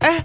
哎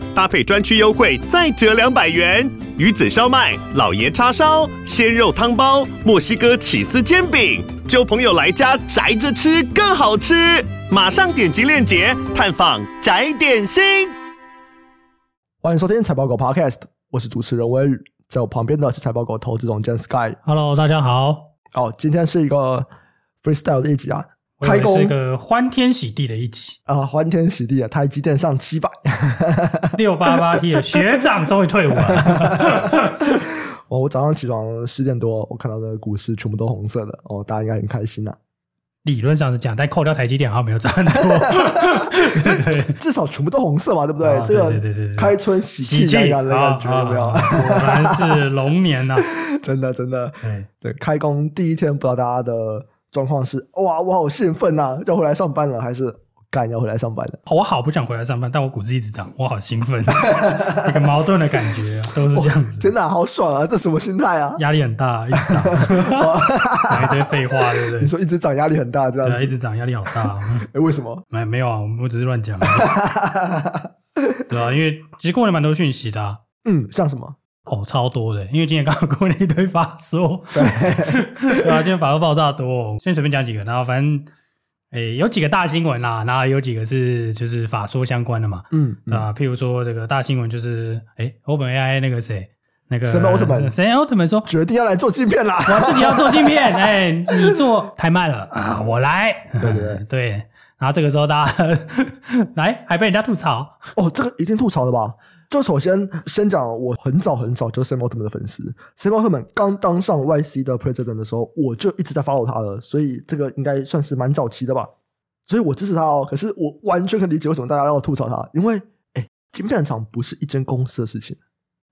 搭配专区优惠再折两百元。鱼子烧麦、老爷叉烧、鲜肉汤包、墨西哥起司煎饼，就朋友来家宅着吃更好吃。马上点击链接探访宅点心。欢迎收听财报狗 Podcast，我是主持人威宇，在我旁边的是财报狗投资总监 Sky。 Hello，大家好，哦，今天是一个 freestyle 的一集啊，我以开为工，是一个欢天喜地的一集啊，欢天喜地啊，台积电上七百。 六八八 T 的学长终于退伍了， 哦，我早上起床十点多，我看到的股市全部都红色的，哦，大家应该很开心啊，理论上是这样，但扣掉台积电好像没有涨很多， 对至少全部都红色嘛，对不对？啊这个对对对对对开春喜气洋洋的感觉，有没有？啊啊啊果然是龙年呐、 真的真的，对，对，开工第一天，不知道大家的状况是哇，我好兴奋呐、要回来上班了，还是干要回来上班了？我好不想回来上班，但我股市一直涨，我好兴 奋，一个矛盾的感觉、都是这样子，天哪，好爽啊！这什么心态啊？压力很大，一直涨，讲一堆废话，对不你对？说一直涨压力很大这对样啊，一子，直涨，压力好大、嗯哎，为什么？没没有啊，我们我只是乱讲而 已，对啊，因为其实过年蛮多讯息的、啊，嗯，像什么？哦，超多的，因为今年刚好过了一堆法说， 对啊，今天法说爆炸多、哦，先随便讲几个，然后反正诶有几个大新闻啦，然后有几个是就是法说相关的嘛，嗯，对吧、譬如说这个大新闻就是诶 OpenAI 那个谁那个神奥特曼神奥特曼说决定要来做镜片啦！我自己要做镜 片，哎、你做太慢了啊，我来， 对对对 对，然后这个时候大家 来还被人家吐槽，哦，这个一定吐槽的吧？就首先先讲，我很早很早就是 Sam Altman 的粉丝。Sam Altman 刚当上 YC 的 President 的时候，我就一直在 follow 他了，所以这个应该算是蛮早期的吧。所以我支持他哦，可是我完全可以理解为什么大家要吐槽他，因为哎，晶片厂不是一间公司的事情，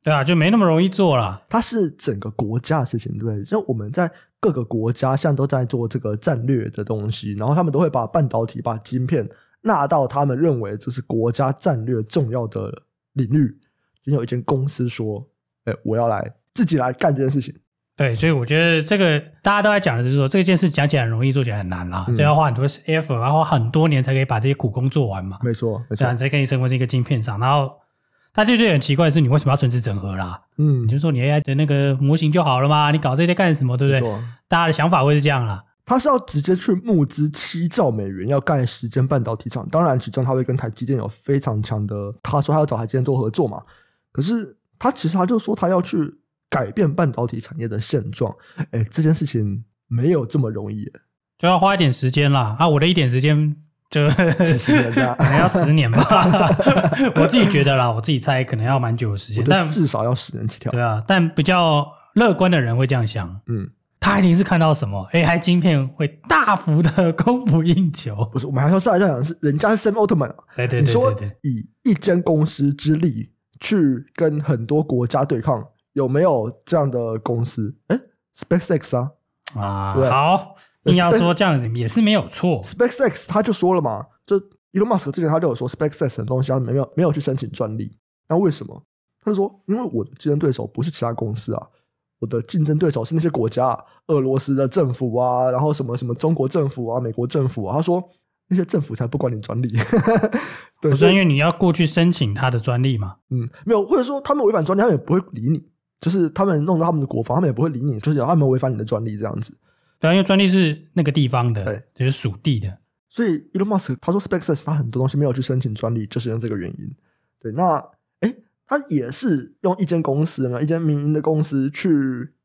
对啊，就没那么容易做了。它是整个国家的事情，对不对？像我们在各个国家现在都在做这个战略的东西，然后他们都会把半导体、把晶片纳到他们认为这是国家战略重要的领域。今天有一间公司说：“哎、我要来自己来干这件事情。对，所以我觉得这个大家都在讲的是说，这件事讲起来很容易，做起来很难啦，嗯所以要花很多 effort，要花很多年才可以把这些苦工做完嘛”。没错，没对错啊，，你才可以成为这个晶片商。然后他就觉得很奇怪的是，你为什么要纯子整合啦？嗯你，就说你 AI 的那个模型就好了嘛，你搞这些干什么？对不没对？错。大家的想法会是这样啦。他是要直接去募资七兆美元，要盖十间半导体厂。当然，其中他会跟台积电有非常强的，他说他要找台积电做合作嘛。可是他其实他就说他要去改变半导体产业的现状。哎，这件事情没有这么容易耶，就要花一点时间啦。啊，我的一点时间就几十年这样 可能要十年吧，我自己觉得啦，我自己猜可能要蛮久的时我间。觉但得至少要十年起跳。对啊，但比较乐观的人会这样想，嗯，他一定是看到什么 AI 晶片会大幅的供不应求。不是，我们还要再来讲是，人家是 Sam Altman 啊， 对对你对说对对，以一间公司之力去跟很多国家对抗，有没有这样的公司？哎，SpaceX 啊。啊对，好，对硬要 Space- 说这样子也是没有错。 SpaceX 他就说了嘛，就 Elon Musk 之前他就有说 SpaceX 的东西他没有没有去申请专利，那为什么？他就说，因为我的竞争对手不是其他公司啊，我的竞争对手是那些国家啊、俄罗斯的政府啊，然后什么什么中国政府啊、美国政府啊，他说那些政府才不管你专利， 对，不所是因以为你要过去申请他的专利嘛？嗯，没有，或者说他们违反专利，他们也不会理你，就是他们弄到他们的国防，他们也不会理你，就是他们违反你的专利这样子。对啊，因为专利是那个地方的对，就是属地的。所以 Elon Musk 他说 SpaceX 他很多东西没有去申请专利，就是用这个原因。对，那哎，诶他也是用一间公司呢，一间民营的公司去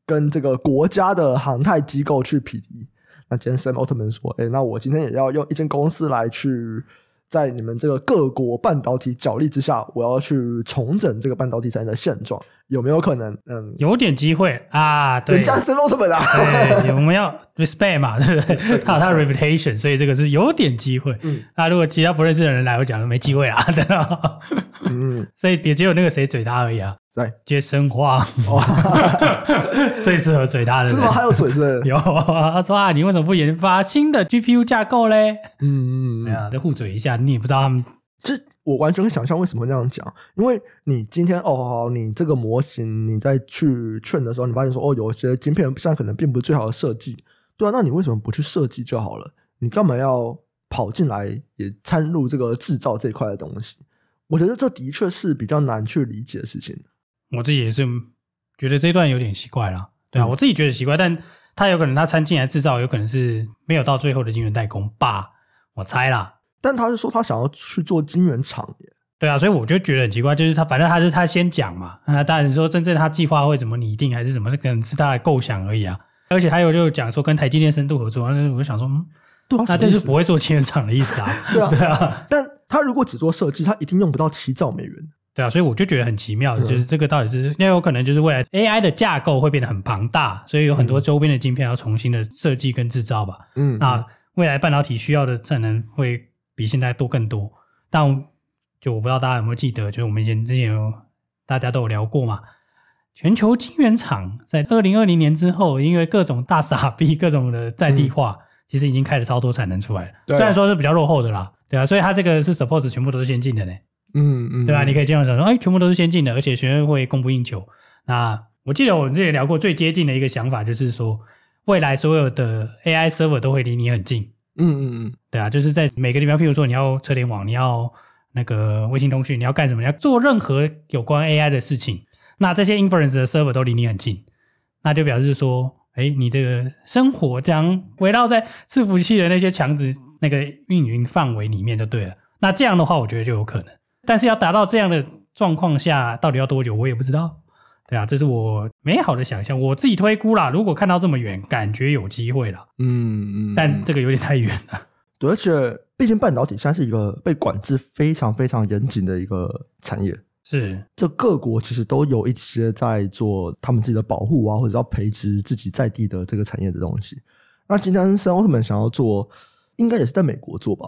跟这个国家的航太机构去匹敌。那今天 Sam Altman 说，哎，那我今天也要用一间公司来去。在你们这个各国半导体角力之下，我要去重整这个半导体产业的现状。有没有可能，嗯，有点机会啊，对人，家是 Notman 啊， 对，我们要 respect 嘛，对不对？他有他的 reputation，所以这个是有点机会。嗯那如果其他不认识的人来，我讲没机会啊，对吧？ 嗯，所以也只有那个谁嘴他而已啊，对，接生花哦， 最适合嘴他的真人的。吗？还有嘴是不是，有啊，他说啊，你为什么不研发新的 GPU 架构嘞？嗯嗯嗯，对啊，再互嘴一下，你也不知道他们这我完全可以想象为什么会那样讲，因为你今天哦，好，你这个模型你在去劝的时候，你发现说哦，有一些晶片上可能并不是最好的设计，对啊，那你为什么不去设计就好了？你干嘛要跑进来也掺入这个制造这一块的东西？我觉得这的确是比较难去理解的事情。我自己也是觉得这段有点奇怪啦。对啊，嗯我自己觉得奇怪，但他有可能他掺进来制造，有可能是没有到最后的晶圆代工吧，我猜啦。但他是说他想要去做晶圆厂耶，对啊，所以我就觉得很奇怪，就是他反正他是他先讲嘛，那当然说真正他计划会怎么拟定还是怎么，这可能是他的构想而已啊。而且还有就讲说跟台积电深度合作，那我就想说，嗯，对啊，什那就么意是思不会做晶圆厂的意思啊。对啊 对啊，但他如果只做设计，他一定用不到七兆美元。对啊，所以我就觉得很奇妙，嗯就是这个到底是，因为有可能就是未来 AI 的架构会变得很庞大，所以有很多周边的晶片要重新的设计跟制造吧。嗯那未来半导体需要的产能会比现在多更多。但就我不知道大家有没有记得，就是我们以前之前有大家都有聊过嘛，全球晶圆厂在二零二零年之后，因为各种大傻逼、各种的在地化，其实已经开了超多产能出来了。嗯对啊虽然说是比较落后的啦，对啊，所以它这个是 suppose 全部都是先进的呢，嗯嗯，对吧、啊？你可以这样想说，哎，全部都是先进的，而且学生会供不应求。那我记得我们之前聊过最接近的一个想法，就是说未来所有的 AI server 都会离你很近。嗯嗯嗯，对啊，就是在每个地方，譬如说你要车联网，你要那个卫星通讯，你要干什么，你要做任何有关 AI 的事情，那这些 inference 的 server 都离你很近，那就表示说，哎，你这个生活将围绕在伺服器的那些强子那个运营范围里面就对了。那这样的话，我觉得就有可能，但是要达到这样的状况下，到底要多久，我也不知道。对啊，这是我美好的想象，我自己推估啦。如果看到这么远，感觉有机会啦，嗯嗯，但这个有点太远了。 对，而且毕竟半导体现在是一个被管制非常非常严谨的一个产业，是，这各国其实都有一些在做他们自己的保护啊，或者要培植自己在地的这个产业的东西。那今天 s a l m a n 想要做，应该也是在美国做吧？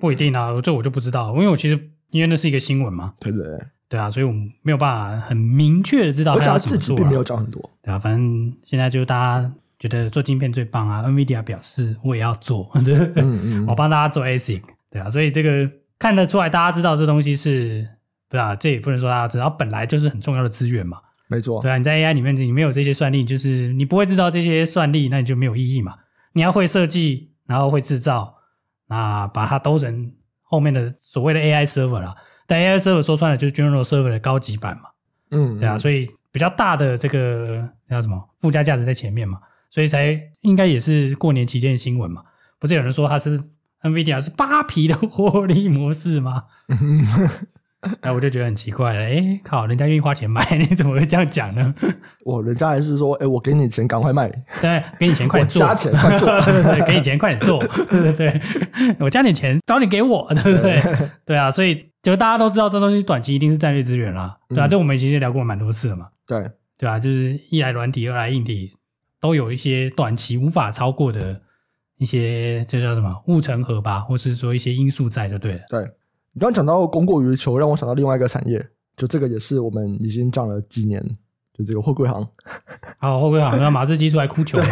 不一定啊，这我就不知道，因为我其实因为那是一个新闻嘛，对不对？对啊，所以我没有办法很明确的知道而且他他要怎自么己做并没有啊。讲很多。对啊，反正现在就是大家觉得做晶片最棒啊，NVIDIA 表示我也要做， 对嗯嗯我帮大家做 ASIC，对啊，所以这个看得出来，大家知道这东西是，对啊，这也不能说大家知道，本来就是很重要的资源嘛，没错对。啊，你在 AI 里面你没有这些算力，就是你不会知道这些算力，那你就没有意义嘛。你要会设计，然后会制造，那把它都成后面的所谓的 AI server 啦。但 AI server 说穿了就是 general server 的高级版嘛，嗯，对啊，所以比较大的这个叫什么附加价值在前面嘛，所以才应该也是过年期间的新闻嘛。不是有人说它是 NVIDIA 是扒皮的获利模式吗？嗯那我就觉得很奇怪了，哎，靠，人家愿意花钱买， 你怎么会这样讲呢？ 我人家还是说，哎，我给你钱，赶快卖。对，给你钱快点做，我加钱快做对，给你钱快点做，对对对，我加点钱，找你给我，对不对？对啊，所以就大家都知道这东西短期一定是战略资源啦，对啊，嗯这我们其实也聊过蛮多次了嘛，对，对啊，就是一来软体，二来硬体，都有一些短期无法超过的一些这叫什么护城河吧，或是说一些因素在，就对了。你刚刚讲到供过于求，让我想到另外一个产业，就这个也是我们已经讲了几年，就这个货柜行。好，后会好像马士基出来哭球嘛，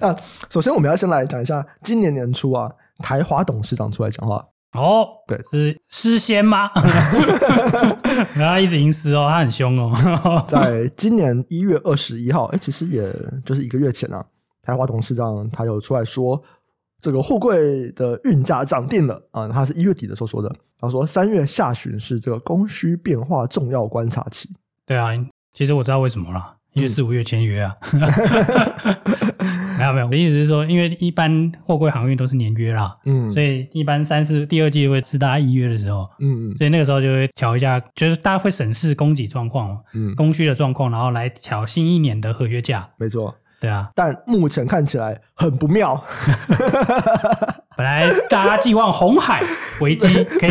那首先我们要先来讲一下，今年年初啊，台华董事长出来讲话，哦，对是诗仙吗？然后他一直吟诗哦，他很凶哦。在今年一月二十一号，哎，其实也就是一个月前啊，台华董事长他有出来说，这个货柜的运价涨定了啊，他是一月底的时候说的，他说三月下旬是这个供需变化重要观察期，对啊，其实我知道为什么啦，因嗯为四五月签约 啊。没有没有，我的意思是说，因为一般货柜航运都是年约啦，嗯所以以一般三四第二季会是大家一月的时候，嗯嗯所以那个时候就会调一下，就是大家会审视供给状况、嗯，供需的状况，然后来调新一年的合约价。没错，对啊，但目前看起来很不妙， 本来大家寄望红海危 机可以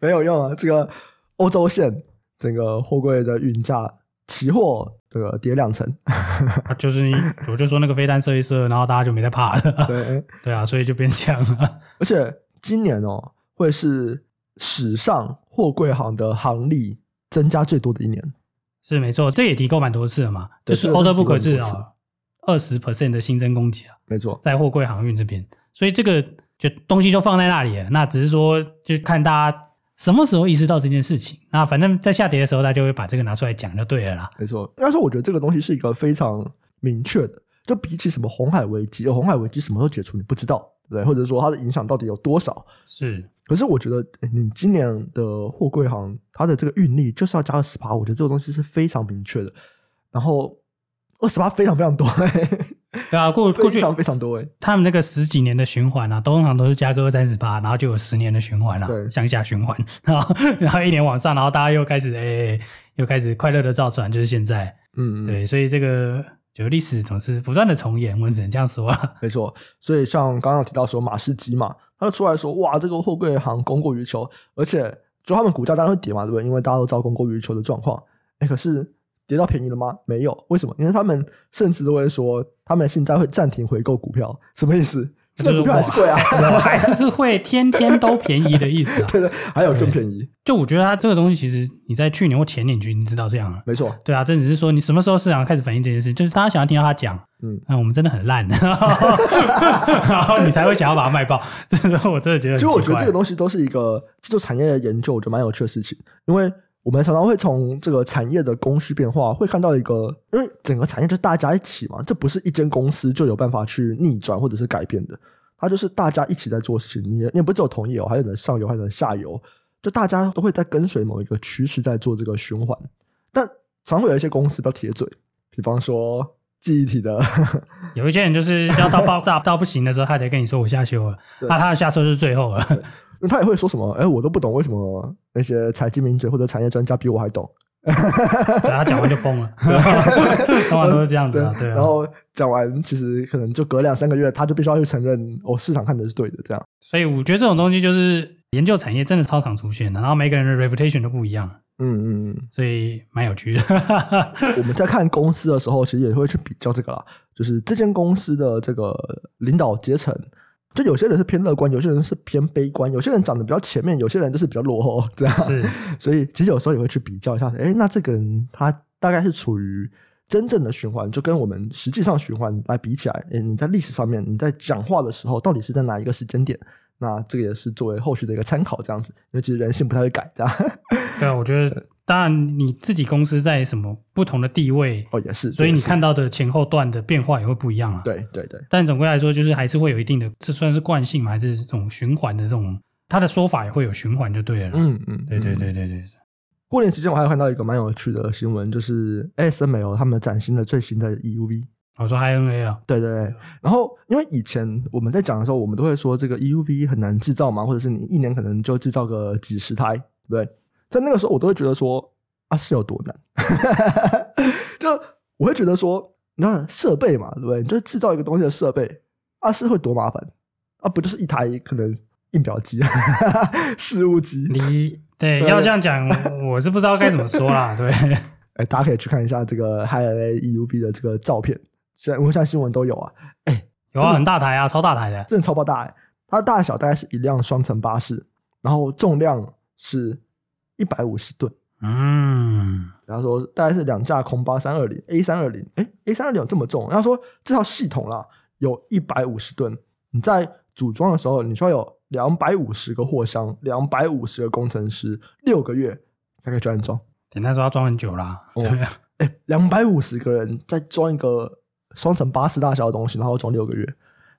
没有用啊！这个欧洲线整个货柜的运价期货这个跌两成，啊就是你我就说那个飞弹射一射，然后大家就没在怕了。 对，对啊，所以就变这样了。而且今年哦会是史上货柜行的行力增加最多的一年，是没错，这也提过蛮多次了嘛，就对是这个 order 是提 book 过是很多次啊二十 percent 的新增供给啊，没错，在货柜航运这边，所以这个就东西就放在那里了，那只是说就看大家什么时候意识到这件事情。那反正在下跌的时候，大家就会把这个拿出来讲就对了啦。没错。但是我觉得这个东西是一个非常明确的，就比起什么红海危机，呃红海危机什么时候解除你不知道，对不对，或者说它的影响到底有多少。是可是我觉得呃你今年的货柜行它的这个运力就是要加二十八，我觉得这个东西是非常明确的。然后二十八非常非常多、对啊，过过 非去常非常多哎、他们那个十几年的循环啊，通常都是加个三十八，然后就有十年的循环了、对向下循环， 然后然后一年往上，然后大家又开始哎、又开始快乐的造船，就是现在，嗯，嗯，对，所以这个就历史总是不断的重演，我们只能这样说啊。 没错，所以像刚刚有提到说马士基嘛，他就出来说哇，这个货柜行供过于求，而且就他们股价当然会跌嘛，对不对？因为大家都知道供过于求的状况。哎，可是跌到便宜了吗？没有，为什么？因为他们甚至都会说，他们现在会暂停回购股票，什么意思？现就在是股票还是贵啊，就是会天天都便宜的意思啊。 对的，还有更便宜，就我觉得它这个东西，其实你在去年或前年就已经知道这样了。没错，对啊，这只是说你什么时候市场开始反映这件事，就是大家想要听到他讲，嗯嗯，那、我们真的很烂， 然后你才会想要把它卖爆。这个我真的觉得很奇就怪，我觉得这个东西都是一个制作产业的研究，我觉得蛮有趣的事情，因为我们常常会从这个产业的供需变化，会看到一个，因为整个产业就是大家一起嘛，这不是一间公司就有办法去逆转或者是改变的，它就是大家一起在做事情，你也你也不是只有同业哦，还有你的上游，还有你的下游，就大家都会在跟随某一个趋势在做这个循环，但常会有一些公司比较铁嘴，比方说记忆体的 有一些人就是要到爆炸到不行的时候，他才跟你说我下修了，对那他的下修是最 后了。那他也会说什么？哎、我都不懂为什么那些财经名嘴或者产业专家比我还懂。对他讲完就 崩了，通常都是这样子啊，对啊嗯然。后讲完，其实可能就隔两三个月，他就必须要去承认，哦，市场看的是对的，这样。所以我觉得这种东西就是研究产业真的超常出现的，然后每个人的 reputation 都不一样，嗯嗯所以蛮有趣的。 嗯。我们在看公司的时候，其实也会去比较这个啦，就是这间公司的这个领导阶层，就有些人是偏乐观，有些人是偏悲观，有些人长得比较前面，有些人就是比较落后，这样。是所以其实有时候也会去比较一下，哎，那这个人他大概是处于真正的循环，就跟我们实际上循环来比起来，哎，你在历史上面你在讲话的时候到底是在哪一个时间点？那这个也是作为后续的一个参考，这样子，因为其实人性不太会改，这样对啊，我觉得当然你自己公司在什么不同的地位，哦也是，所以这你也是看到的前后段的变化也会不一样啊。，对对对，但总归来说，就是还是会有一定的，这算是惯性嘛，还是这种循环的这种，它的说法也会有循环就对了啦。嗯嗯，对对嗯对对对，过年期间我还有看到一个蛮有趣的新闻，就是 ASML 他们展新的最新的 E EUV，我说 INA 啊，对对对，然后因为以前我们在讲的时候，我们都会说这个 EUV 很难制造嘛，或者是你一年可能就制造个几十台，对不对？在那个时候，我都会觉得说啊是有多难， 就我会觉得说，你看设备嘛，对不对？你就是制造一个东西的设备，啊是会多麻烦啊，不就是一台可能印表机、 事务机？ 你对对要这样讲，我是不知道该怎么说 啦。对，哎，大家可以去看一下这个 h i a EUV 的这个照片，现在我像新闻都有啊，有啊，很大台啊，超大台的，真的超爆大、欸。它的大小大概是一辆双层巴士，然后重量是一百五十吨。嗯，然后说大概是两架空八三二零 A 三二零，哎，A 三二零有这么重？然后说这套系统啦有一百五十吨，你在组装的时候，你需要有两百五十个货箱，两百五十个工程师，六个月才可以去安装。简单说要装很久啦。哦对啊，哎，两百五十个人再装一个双层巴士大小的东西，然后装六个月，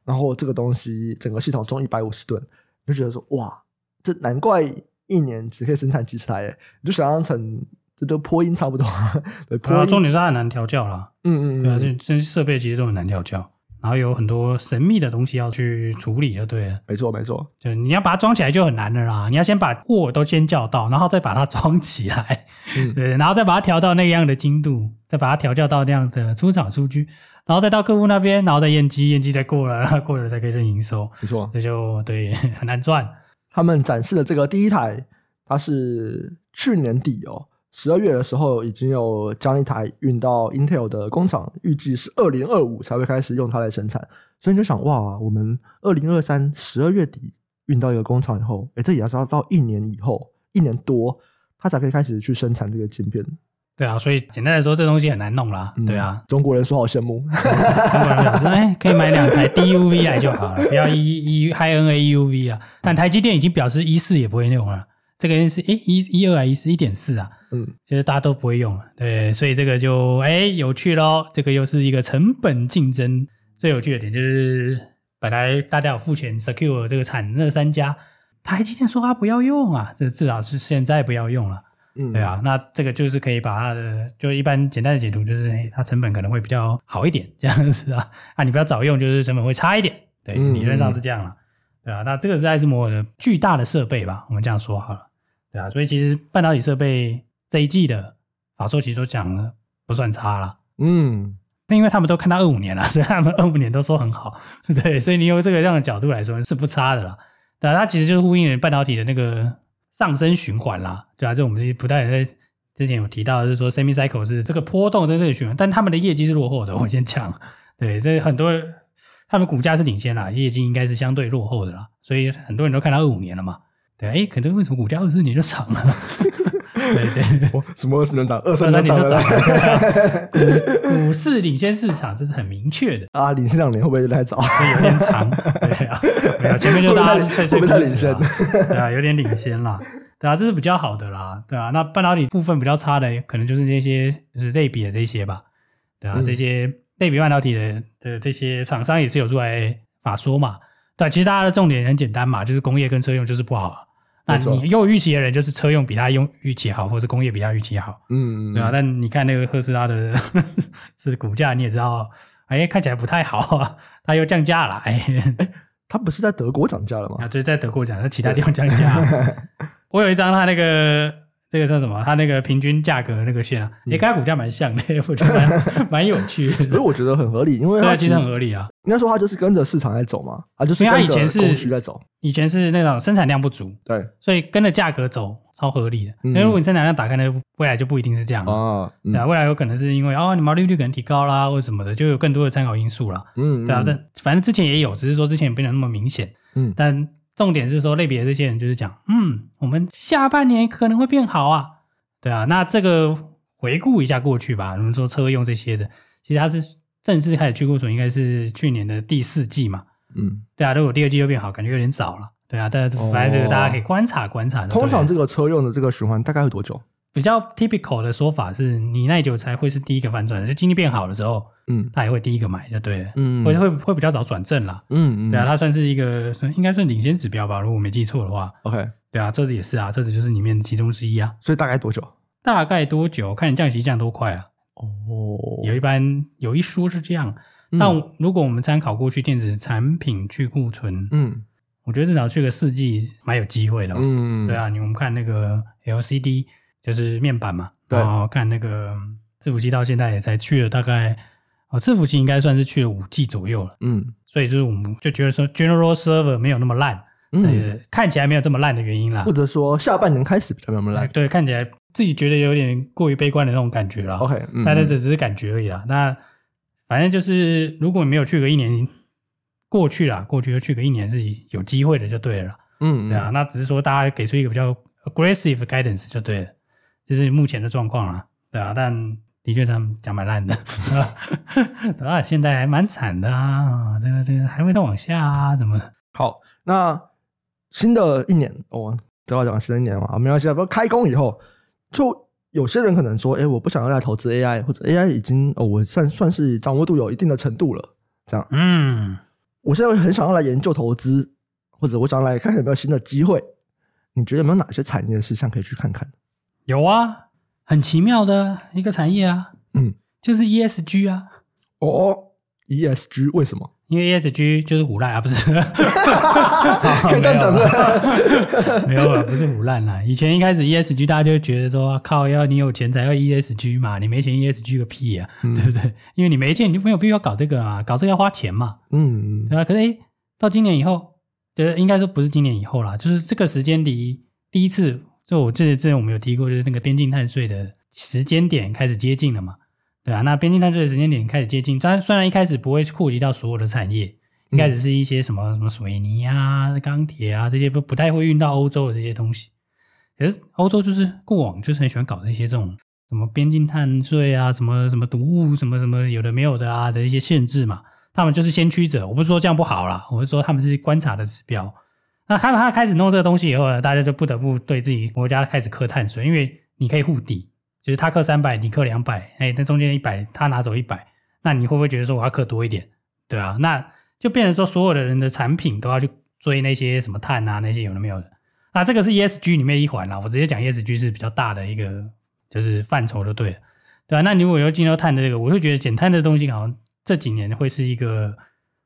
然后这个东西整个系统装一百五十吨，你就觉得说哇，这难怪一年只可以生产几十台耶，你就想象成这就波音差不多， 对，对波啊，音，重点是它很难调教啦。嗯嗯对啊，这嗯，这些设备其实都很难调教，然后有很多神秘的东西要去处理的，对了。啊没错没错，就你要把它装起来就很难了啦，你要先把货都先叫到，然后再把它装起来，嗯 对，然后再把它调到那样的精度，再把它调教到那样的出厂数据，然后再到客户那边，然后再验机，验机再过了，然 后过了才可以认营收，没错。这就对 很难赚。他们展示的这个第一台，它是去年底哦十二月的时候已经有将一台运到 Intel 的工厂，预计是二零二五才会开始用它来生产。所以你就想，哇，我们二零二三十二月底运到一个工厂以后，哎，这也要到到一年以后，一年多，它才可以开始去生产这个晶片。对啊，所以简单来说，这东西很难弄啦。嗯对啊，，中国人说好羡慕。 中国人表示，哎，可以买两台 DUV 来就好了，不要 E E High N A U V 啊。但台积电已经表示一四也不会用了，这个是哎一一二还一四一点四啊，嗯，就是大家都不会用了。对，所以这个就哎有趣咯，这个又是一个成本竞争最有趣的点，就是本来大家有付钱 secure 这个产那三家，台积电说啊不要用啊，这至少是现在不要用了。嗯对，啊，那这个就是可以把它的，就一般简单的解读就是，哎它成本可能会比较好一点 这样子啊。啊，你不要早用，就是成本会差一点。对，嗯理论上是这样了，对啊。那这个是爱斯摩尔的巨大的设备吧，我们这样说好了，对啊。所以其实半导体设备这一季的法硕其实都讲了不算差了。嗯，那因为他们都看到二五年了，所以他们二五年都说很好，对，所以你用这个样的角度来说是不差的啦。对啊，它其实就是呼应了半导体的那个上升循环啦，对啊，这我们不断地在之前有提到，就是说 semi cycle 是这个波动在这里循环，但他们的业绩是落后的，我先讲，对，这很多他们股价是领先啦，业绩应该是相对落后的啦，所以很多人都看到二五年了嘛，对，哎，可能为什么股价二四年就涨了？ 对对。我什么二十能涨，二二三能三年涨就涨了了，对啊股股市领先市场，这是很明确的， 啊！领先两年会不会有点太早？所以有 点长，对啊，没有前面就大家是吹吹会不鼻会太子啊，对啊，有点领先啦，对啊，这是比较好的啦，对啊，那半导体部分比较差的，可能就是那些就是类比的这些吧，对啊，嗯这些类比半导体的的这些厂商也是有出来法说嘛，对啊、其实大家的重点很简单嘛，就是工业跟车用就是不好啊。那没错你又预期的人就是车用比他用预期好，或者工业比他预期好，嗯，对啊，但你看那个特斯拉的是股价，你也知道，哎，看起来不太好啊，它又降价了，哎，它不是在德国涨价了吗啊，？就是在德国讲，在其他地方降 价。我有一张它那个这个叫什么？它那个平均价格那个线啊，嗯也跟它股价蛮像的，我觉得 蛮蛮有趣所以的。我觉得很合理，因为对它啊，其实很合理啊。应该说它就是跟着市场在走嘛，啊，就是因为它跟以前是着供需在走。以前是那种生产量不足，对所以跟着价格走，超合理的。嗯因为如果你生产量打开，那未来就不一定是这样了。啊，嗯对啊，未来有可能是因为哦，你毛利率可能提高啦，或者什么的，就有更多的参考因素啦。嗯，对啊，嗯但反正之前也有，只是说之前不能那么明显。嗯但重点是说，类别的这些人就是讲，嗯，我们下半年可能会变好啊。对啊，那这个回顾一下过去吧，我们说车用这些的，其实它是正式开始去库存，应该是去年的第四季嘛。嗯，对啊，如果第二季又变好，感觉有点早了。对啊，但是哦反正这个大家可以观察观察的。通常对啊这个车用的这个循环大概会多久？比较 typical 的说法是，你耐久才会是第一个反转的，就经济变好的时候，嗯他也会第一个买，就对了。嗯会会会比较早转正啦。嗯嗯，对啊，它算是一个算应该算领先指标吧，如果我没记错的话。 ，OK，对啊，车子也是啊，车子就是里面其中之一啊。所以大概多久？大概多久？看你降息降多快啊？哦有一般有一说是这样，嗯但如果我们参考过去电子产品去库存，嗯我觉得至少去个四季蛮有机会的、哦。嗯，对，啊，你我们看那个 LCD 就是面板嘛，对然后看那个伺服器到现在也才去了大概哦，伺服器应该算是去了五 G 左右了，嗯所以就是我们就觉得说 General Server 没有那么烂。嗯，对，看起来没有这么烂的原因啦或。者说下半年开始比较慢慢来。对，看起来自己觉得有点过于悲观的那种感觉啦。 OK，嗯大家这只是感觉而已啦。那反正就是，如果你没有去个一年，过去啦，过去就去个一年是有机会的，就对了啦。嗯，嗯对啊，，那只是说大家给出一个比较 aggressive guidance 就对了，就是目前的状况啦。对啊，但的确他们讲蛮烂的， 啊，现在还蛮惨的啊，这个这个还会再往下啊，怎么？好，那新的一年，哦，都要讲新的一年嘛，没关系啊。不过开工以后，就有些人可能说，哎、我不想要来投资 AI，或者 AI 已经哦，我算算是掌握度有一定的程度了，这样，嗯，我现在很想要来研究投资，或者我想来看看有没有新的机会。你觉得有没有哪些产业是项可以去看看？有啊，很奇妙的一个产业啊，嗯，就是 ESG 啊，哦，ESG 为什么？因为 ESG 就是胡烂啊，不是？啊可以这样讲的。 没有啊，不是胡烂啦。以前一开始 ESG 大家就觉得说，啊靠，要你有钱才要 ESG 嘛，你没钱 ESG 个屁啊，对嗯不对？因为你没钱，你就没有必要搞这个啊，搞这个要花钱嘛，嗯，对吧、可是诶，到今年以后，对，应该说不是今年以后啦，就是这个时间离第一次所以我这之前我们有提过，就是那个边境碳税的时间点开始接近了嘛，对啊，那边境碳税的时间点开始接近，但虽然一开始不会顾及到所有的产业，一开始是一些什么什么水泥啊、钢铁啊这些不不太会运到欧洲的这些东西，可是欧洲就是过往就是很喜欢搞这些这种什么边境碳税啊、什么什么毒物、什么什么有的没有的啊的一些限制嘛，他们就是先驱者。我不是说这样不好啦，我是说他们是观察的指标。那他们他开始弄这个东西以后呢，大家就不得不对自己国家开始课碳税，因为你可以互抵，就是他课三百，你课两百，哎，那中间一百他拿走一百，那你会不会觉得说我要课多一点？对啊，那就变成说所有的人的产品都要去追那些什么碳啊那些有的没有的。那这个是 ESG 里面一环啦，我直接讲 ESG 是比较大的一个就是范畴就对了，对啊，那你如果又进入碳的这个，我就觉得减碳的东西好像这几年会是一个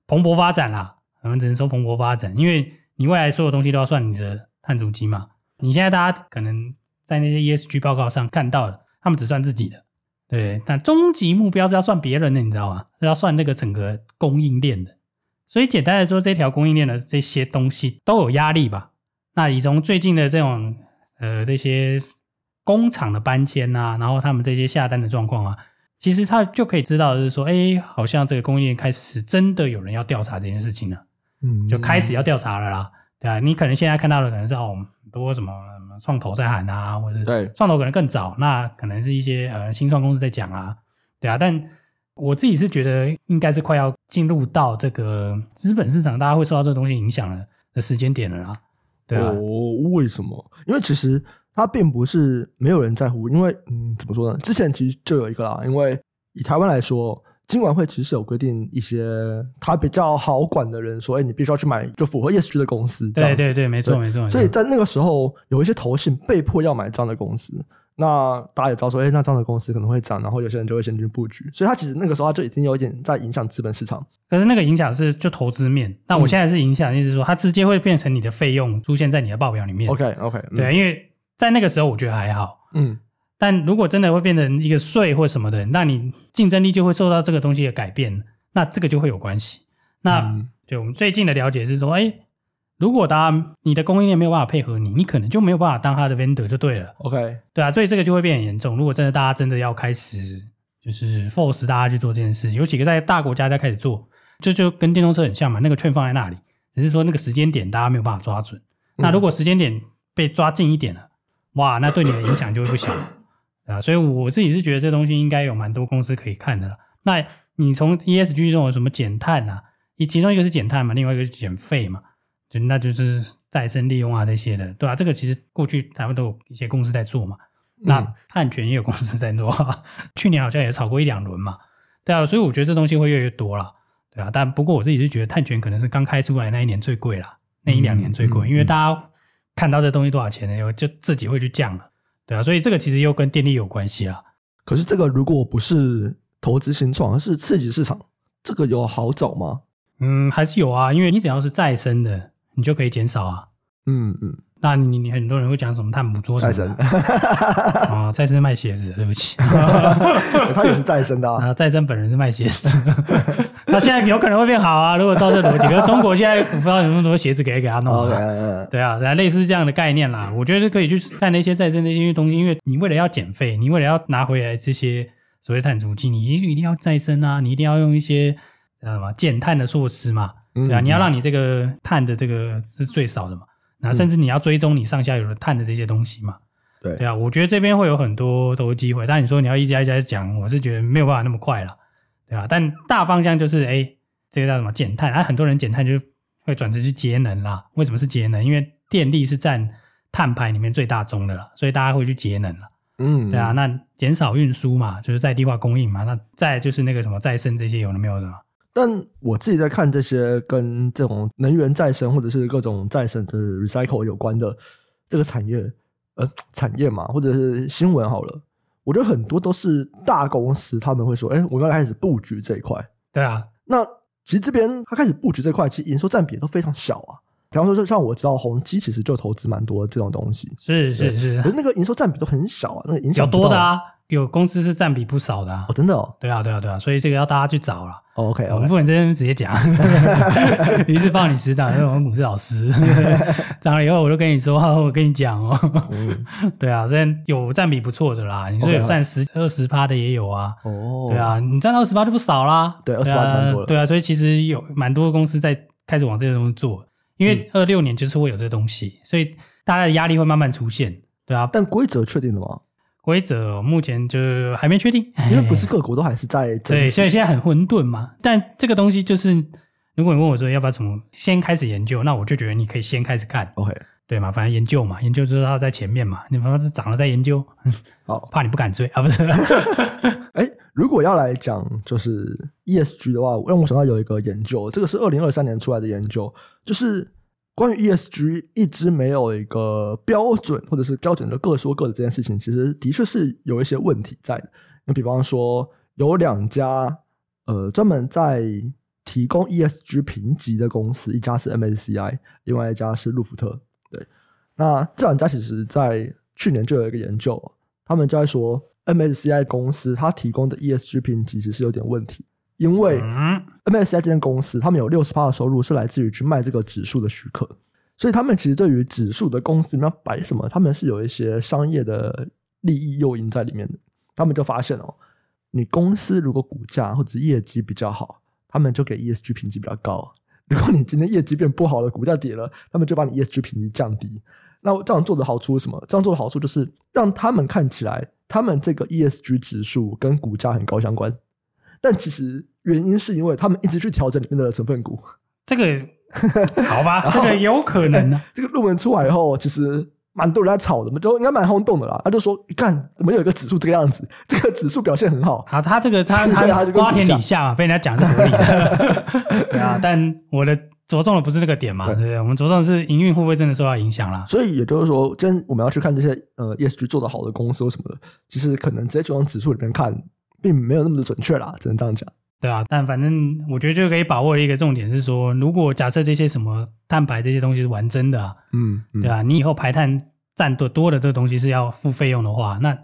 蓬勃发展啦，我们只能说蓬勃发展，因为你未来所有东西都要算你的碳足迹嘛。你现在大家可能在那些 ESG 报告上看到的，他们只算自己的，对，但终极目标是要算别人的，你知道吗？是要算那个整个供应链的。所以简单来说，这条供应链的这些东西都有压力吧？那以从最近的这种呃这些工厂的搬迁啊，然后他们这些下单的状况啊，其实他就可以知道，就是说，哎，好像这个供应链开始是真的有人要调查这件事情了，嗯就开始要调查了啦，对吧、你可能现在看到的可能是哦，很多什么什么创投在喊啊，或者对是创投可能更早，那可能是一些呃新创公司在讲啊，对啊，但。我自己是觉得应该是快要进入到这个资本市场，大家会受到这个东西影响了的时间点了啦，对啊，哦，为什么？因为其实它并不是没有人在乎，因为嗯，怎么说呢？之前其实就有一个啦，因为以台湾来说，金管会其实是有规定一些它比较好管的人说，哎、你必须要去买就符合 ESG 的公司，这样对子对对，没错没错。没所以错在那个时候，有一些投信被迫要买这样的公司。那大家也知道说，哎、那这样的公司可能会涨，然后有些人就会先去布局。所以它其实那个时候它就已经有一点在影响资本市场。可是那个影响是就投资面，那我嗯现在是影响，意思是说它直接会变成你的费用出现在你的报表里面。 OK OK，、嗯、对，因为在那个时候我觉得还好，嗯，但如果真的会变成一个税或什么的，那你竞争力就会受到这个东西的改变，那这个就会有关系。那、嗯对我们最近的了解是说，哎，如果大家你的供应链没有办法配合你，你可能就没有办法当它的 vendor 就对了。 ，OK，对啊，所以这个就会变得很严重。如果真的大家真的要开始就是 force 大家去做这件事，有几个在大国家在开始做，这就跟电动车很像嘛，那个券放在那里，只是说那个时间点大家没有办法抓准。那如果时间点被抓近一点了，哇，那对你的影响就会不小，对啊，所以我自己是觉得这东西应该有蛮多公司可以看的了。那你从 E ESG 中有什么减碳啊？一其中一个是减碳嘛，另外一个是减废嘛，就那就是再生利用啊这些的，对啊，这个其实过去台湾都有一些公司在做嘛。嗯那碳权也有公司在做、啊， 去年好像也炒过一两轮嘛，对啊，所以我觉得这东西会越来越多啦，对啊，但不过我自己是觉得碳权可能是刚开出来那一年最贵啦，那一两年最贵，嗯嗯因为大家看到这东西多少钱呢，就自己会去降了，对啊，所以这个其实又跟电力有关系啦，可是这个如果不是投资新创，而是刺激市场，这个有好找吗？嗯，还是有啊，因为你只要是再生的，你就可以减少啊。嗯 嗯，那你你很多人会讲什么碳捕捉什再生么的，啊，再生卖鞋子，对不起，它也是再生 的、啊。啊，再生本人是卖鞋子， 那现在有可能会变好啊。如果照这逻辑，可是中国现在我不知道有那么多鞋子给给他弄 OK，啊。嗯嗯对啊，对啊，类似这样的概念啦，我觉得是可以去看那些再生那些东西，因为你为了要减费，你为了要拿回来这些所谓碳足迹，你一定一定要再生啊，你一定要用一些呃什么减碳的措施嘛，嗯对啊，嗯你要让你这个碳的这个是最少的嘛，然后甚至你要追踪你上下游的碳的这些东西嘛，对对啊，我觉得这边会有很多都机会，但你说你要一家一家讲，我是觉得没有办法那么快了，对吧、但大方向就是，哎，这个叫什么减碳？啊，很多人减碳就是会转成去节能啦。为什么是节能？因为电力是占碳排里面最大宗的了，所以大家会去节能了，嗯，对啊。那减少运输嘛，就是在地化供应嘛。那再来就是那个什么再生这些有的没有的嘛。但我自己在看这些跟这种能源再生或者是各种再生的 recycle 有关的这个产业，呃，产业嘛，或者是新闻好了，我觉得很多都是大公司他们会说，哎、我们要开始布局这一块。对啊，那其实这边他开始布局这块，其实营收占比也都非常小啊。比方说，就像我知道宏基其实就投资蛮多这种东西，是是是可，是那个营收占比都很小啊，那个影有响不多的到啊。有公司是占比不少的、啊哦，。真的哦对啊，对啊，对啊，所以这个要大家去找了。哦，OK 我们 OK，不能这样直 接讲，一次放你死档，因为我们母是老 师，讲了以后我就跟你说，我跟你讲哦，嗯对啊，这有占比不错的啦，你说 OK，有占十二十趴的也有啊，哦， 对，啊，你占到十八就不少啦。对啊28蛮多了对啊，所以其实有蛮多公司在开始往这个东西做，因为嗯二六年就是会有这东西，所以大家的压力会慢慢出现，对啊。但规则确定了吗？规则哦目前就还没确定，因为不是各国都还是在争哎 对，执所以现在很混沌嘛。但这个东西就是，如果你问我说要不要从先开始研究，那我就觉得你可以先开始看， OK，对嘛？反正研究嘛，研究就是它在前面嘛，你反正涨了再 研究，好，怕你不敢追啊，不是？哎，如果要来讲就是 ESG 的话，让我想到有一个研究，这个是二零二三年出来的研究，就是关于 ESG 一直没有一个标准，或者是标准的各说各的这件事情，其实的确是有一些问题在的。你比方说，有两家呃专门在提供 ESG 评级的公司，一家是 MSCI，另外一家是路福特。对，那这两家其实在去年就有一个研究，他们就在说 MSCI 公司它提供的 ESG 评级其实有点问题，因为 嗯， MSCI 这间公司他们有六十的收入是来自于去卖这个指数的许可，所以他们其实对于指数的公司里面要摆什么，他们是有一些商业的利益诱因在里面的。他们就发现哦，你公司如果股价或者是业绩比较好，他们就给 ESG 评级比较高；如果你今天业绩变不好了，股价跌了，他们就把你 ESG 评级降低。那这样做的好处是什么？这样做的好处就是让他们看起来，他们这个 ESG 指数跟股价很高相关，但其实原因是因为他们一直去调整里面的成分股。这个 好吧，这个有可能啊呢、这个论文出来以后，其实蛮多人在吵的，就应该蛮轰动的啦。他就说：“看，怎么有一个指数这个样子？这个指数表现很好。 啊，他这个他是对他他就跟瓜你田讲李下嘛，被人家讲是合理的， 对啊。但我的着重的不是那个点嘛，对对不对？我们着重的是营运会不会真的受到影响啦”？所以也就是说，今天我们要去看这些呃 ESG 做得好的公司或什么的，其实可能直接就往指数里面看，并没有那么的准确啦，只能这样讲。对啊，但反正我觉得就可以把握的一个重点是说，如果假设这些什么蛋白这些东西是玩真的、啊，嗯，嗯对啊，你以后排碳占多多的这个东西是要付费用的话，那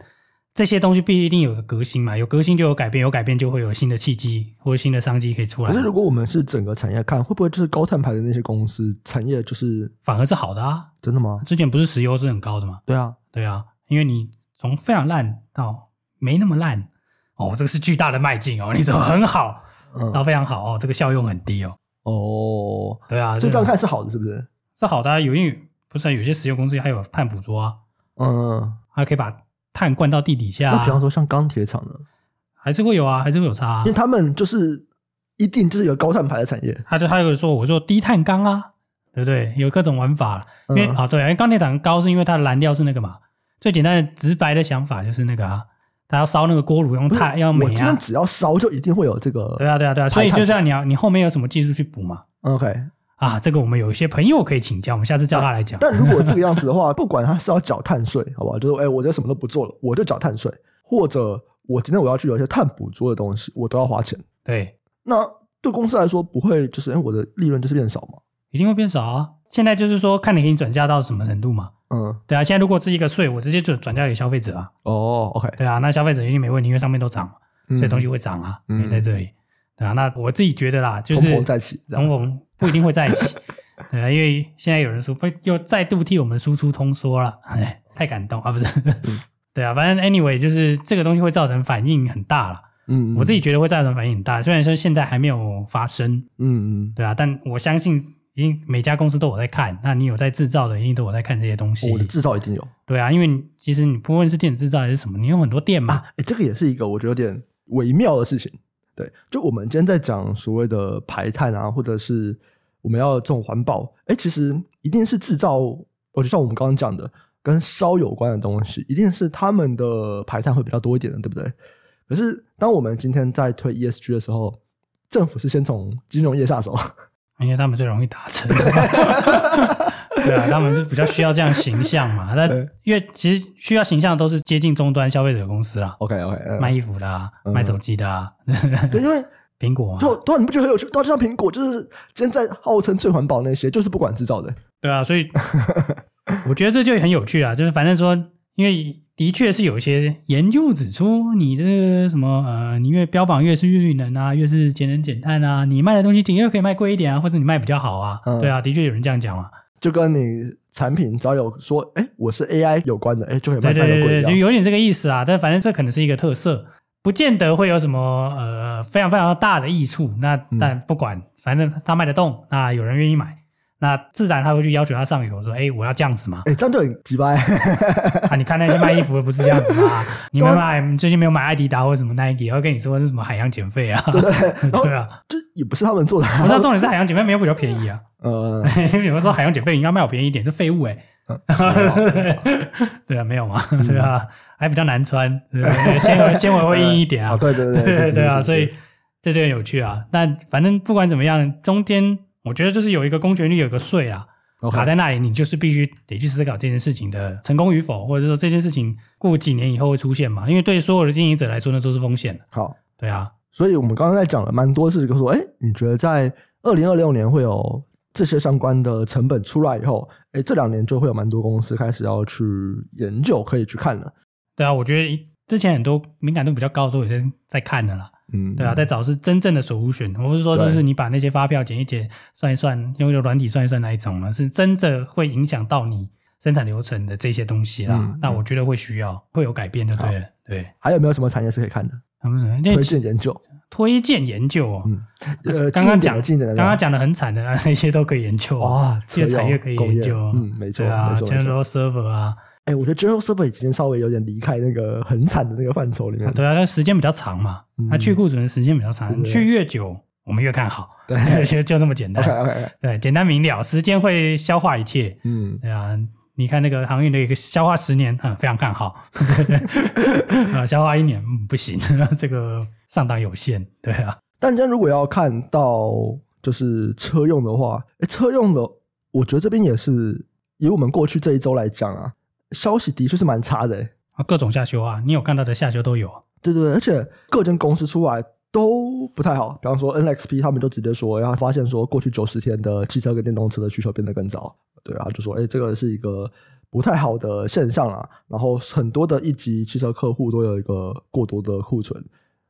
这些东西必一定有个革新嘛，有革新就有改变，有改变就会有新的契机或者新的商机可以出来可是，如果我们是整个产业看，会不会就是高碳排的那些公司产业就是反而是好的啊。真的吗？之前不是石油是很高的嘛，对啊，对啊，因为你从非常烂到没那么烂，哦，这个是巨大的迈进哦，你走很好嗯，到非常好哦，这个效用很低哦，哦，对啊，所以这个样看是好的，是不是？是好的、啊，有因为不是啊、有些石油公司还有碳捕捉啊，嗯，还可以把碳灌到地底下、那比方啊，说嗯像钢铁厂呢，还是会有啊，还是会有差、啊因为。他们就是一定就是有高碳排的产业，他就他有说，我说低碳钢啊，对不对？有各种玩法，因为、嗯啊，对啊，因为钢铁厂高是因为它的燃料是那个嘛，最简单的直白的想法就是那个啊，它要烧那个锅炉用不是碳要嗯煤我今啊天，只要烧，就一定会有这个。对啊，对啊，对啊，所以就这样，你要你后面有什么技术去补嘛？ OK，啊，这个我们有一些朋友可以请教，我们下次叫他来讲。但如果这个样子的话，不管他是要缴碳税，好不好？就是哎、我这什么都不做了，我就缴碳税，或者我今天我要去有一些碳捕捉的东西，我都要花钱。对，那对公司来说，不会就是哎、我的利润就是变少嘛？一定会变少啊。现在就是说，看你给你转嫁到什么程度嘛。嗯，对啊，现在如果是一个税，我直接转转嫁给消费者啊。哦，OK，对啊，那消费者一定没问题，因为上面都涨嘛，嗯所以东西会涨啊，嗯没在这里。对啊，那我自己觉得啦，就通是膨在起，这通样膨不一定会在一起。对啊，因为现在有人说，不又再度替我们输出通缩了，哎，太感动啊，不是？嗯 对啊，反正 anyway，就是这个东西会造成反应很大了。嗯，我自己觉得会造成反应很大，虽然说现在还没有发生，嗯，嗯嗯，对啊，但我相信已经每家公司都有在看，那你有在制造的，一定都有在看这些东西哦我。的制造一定有对啊，因为你其实你不论是电子制造还是什么，你有很多店嘛，啊，哎、这个也是一个我觉得有点微妙的事情。对，就我们今天在讲所谓的排碳啊，或者是我们要这种环保，哎、其实一定是制造，我就像我们刚刚讲的，跟烧有关的东西，一定是他们的排碳会比较多一点的，对不对？可是当我们今天在推 ESG 的时候，政府是先从金融业下手，啊因为他们最容易达成。对啊，他们是比较需要这样形象嘛。那对因为其实需要形象的都是接近终端消费者公司啦， OK OK，、嗯、卖衣服的、啊、嗯卖手机的、啊，对，因为苹果嘛。就对啊，你不觉得很有趣？对啊，就像苹果，就是今天在号称最环保那些，就是不管制造的，对啊，所以我觉得这就很有趣啊。就是反正说，因为的确是有一些研究指出，你的什么呃，你越标榜越是绿能啊，越是节能减碳啊，你卖的东西顶多可以卖贵一点啊，或者你卖比较好啊，嗯对啊，的确有人这样讲嘛，就跟你产品只要有说，哎，我是 AI 有关的，哎，就可以卖对对卖的贵对一对，就样。有点这个意思啊。但反正这可能是一个特色，不见得会有什么呃非常非常大的益处。那嗯但不管，反正他卖得动，那有人愿意买，那自然他会去要求他上游说：“哎，我要这样子嘛。哎，这样就很鸡掰。 啊，你看那些卖衣服的不是这样子吗？你没买，你最近没有买艾迪达或者什么 Nike，会跟你说是什么海洋减费啊？对然后 对 啊，这也不是他们做的，我知道重点是海洋减费没有比较便宜啊。 呃， 有人说海洋减费应该卖我便宜一点，这废物哎、 对啊，没有嘛，对啊，还比较难穿，对不对纤 维纤维会硬一点啊哦，，对对对 对对对啊，所以这就很有趣啊。但反正不管怎么样，中间我觉得就是有一个公权力，有一个税啦，卡在那里，你就是必须得去思考这件事情的成功与否，或者说这件事情过几年以后会出现嘛？因为对所有的经营者来说，那都是风险的。好，对啊，所以我们刚刚在讲了蛮多是这个说，哎，你觉得在二零二六年会有这些相关的成本出来以后，哎，这两年就会有蛮多公司开始要去研究，可以去看了。对啊，我觉得之前很多敏感度比较高的时候，有些人在看的啦。嗯，对啊，在找是真正的首污选，我不是说就对是你把那些发票剪一剪、算一算，用一个软体算一算那一种嘛，啊是真正会影响到你生产流程的这些东西啦。嗯那我觉得会需要，会有改变就对了。对，还有没有什么产业是可以看的？他们说推荐研究，推荐研究哦，嗯，呃，刚近刚一点讲的近一点的，刚刚讲的很惨的啊那些都可以研究哦，哇，这些扯产哟业可以工研究哦，嗯，没错，对啊没错，没错。 ，General Server 啊，哎，我觉得 General Server 已经稍微有点离开那个很惨的那个范畴里面，对啊，那时间比较长嘛，嗯它去库存的时间比较对长，不对去越久我们越看好，对 就就这么简单，OK，OK， 对，啊简单明了，时间会消化一切。 嗯，对啊，你看那个航运的一个消化十年，嗯，非常看好。 啊，消化一年，嗯，不行， 这个上档有限。对啊，但人家如果要看到就是车用的话，哎，车用的，我觉得这边也是以我们过去这一周来讲啊，消息的确是蛮差的，哎各种下修啊，你有看到的下修都有。对对，对而且各间公司出来都不太好。比方说 NXP，他们就直接说，然后发现说过去九十天的汽车跟电动车的需求变得更早，对啊，就说哎，这个是一个不太好的现象啦。然后很多的一级汽车客户都有一个过多的库存，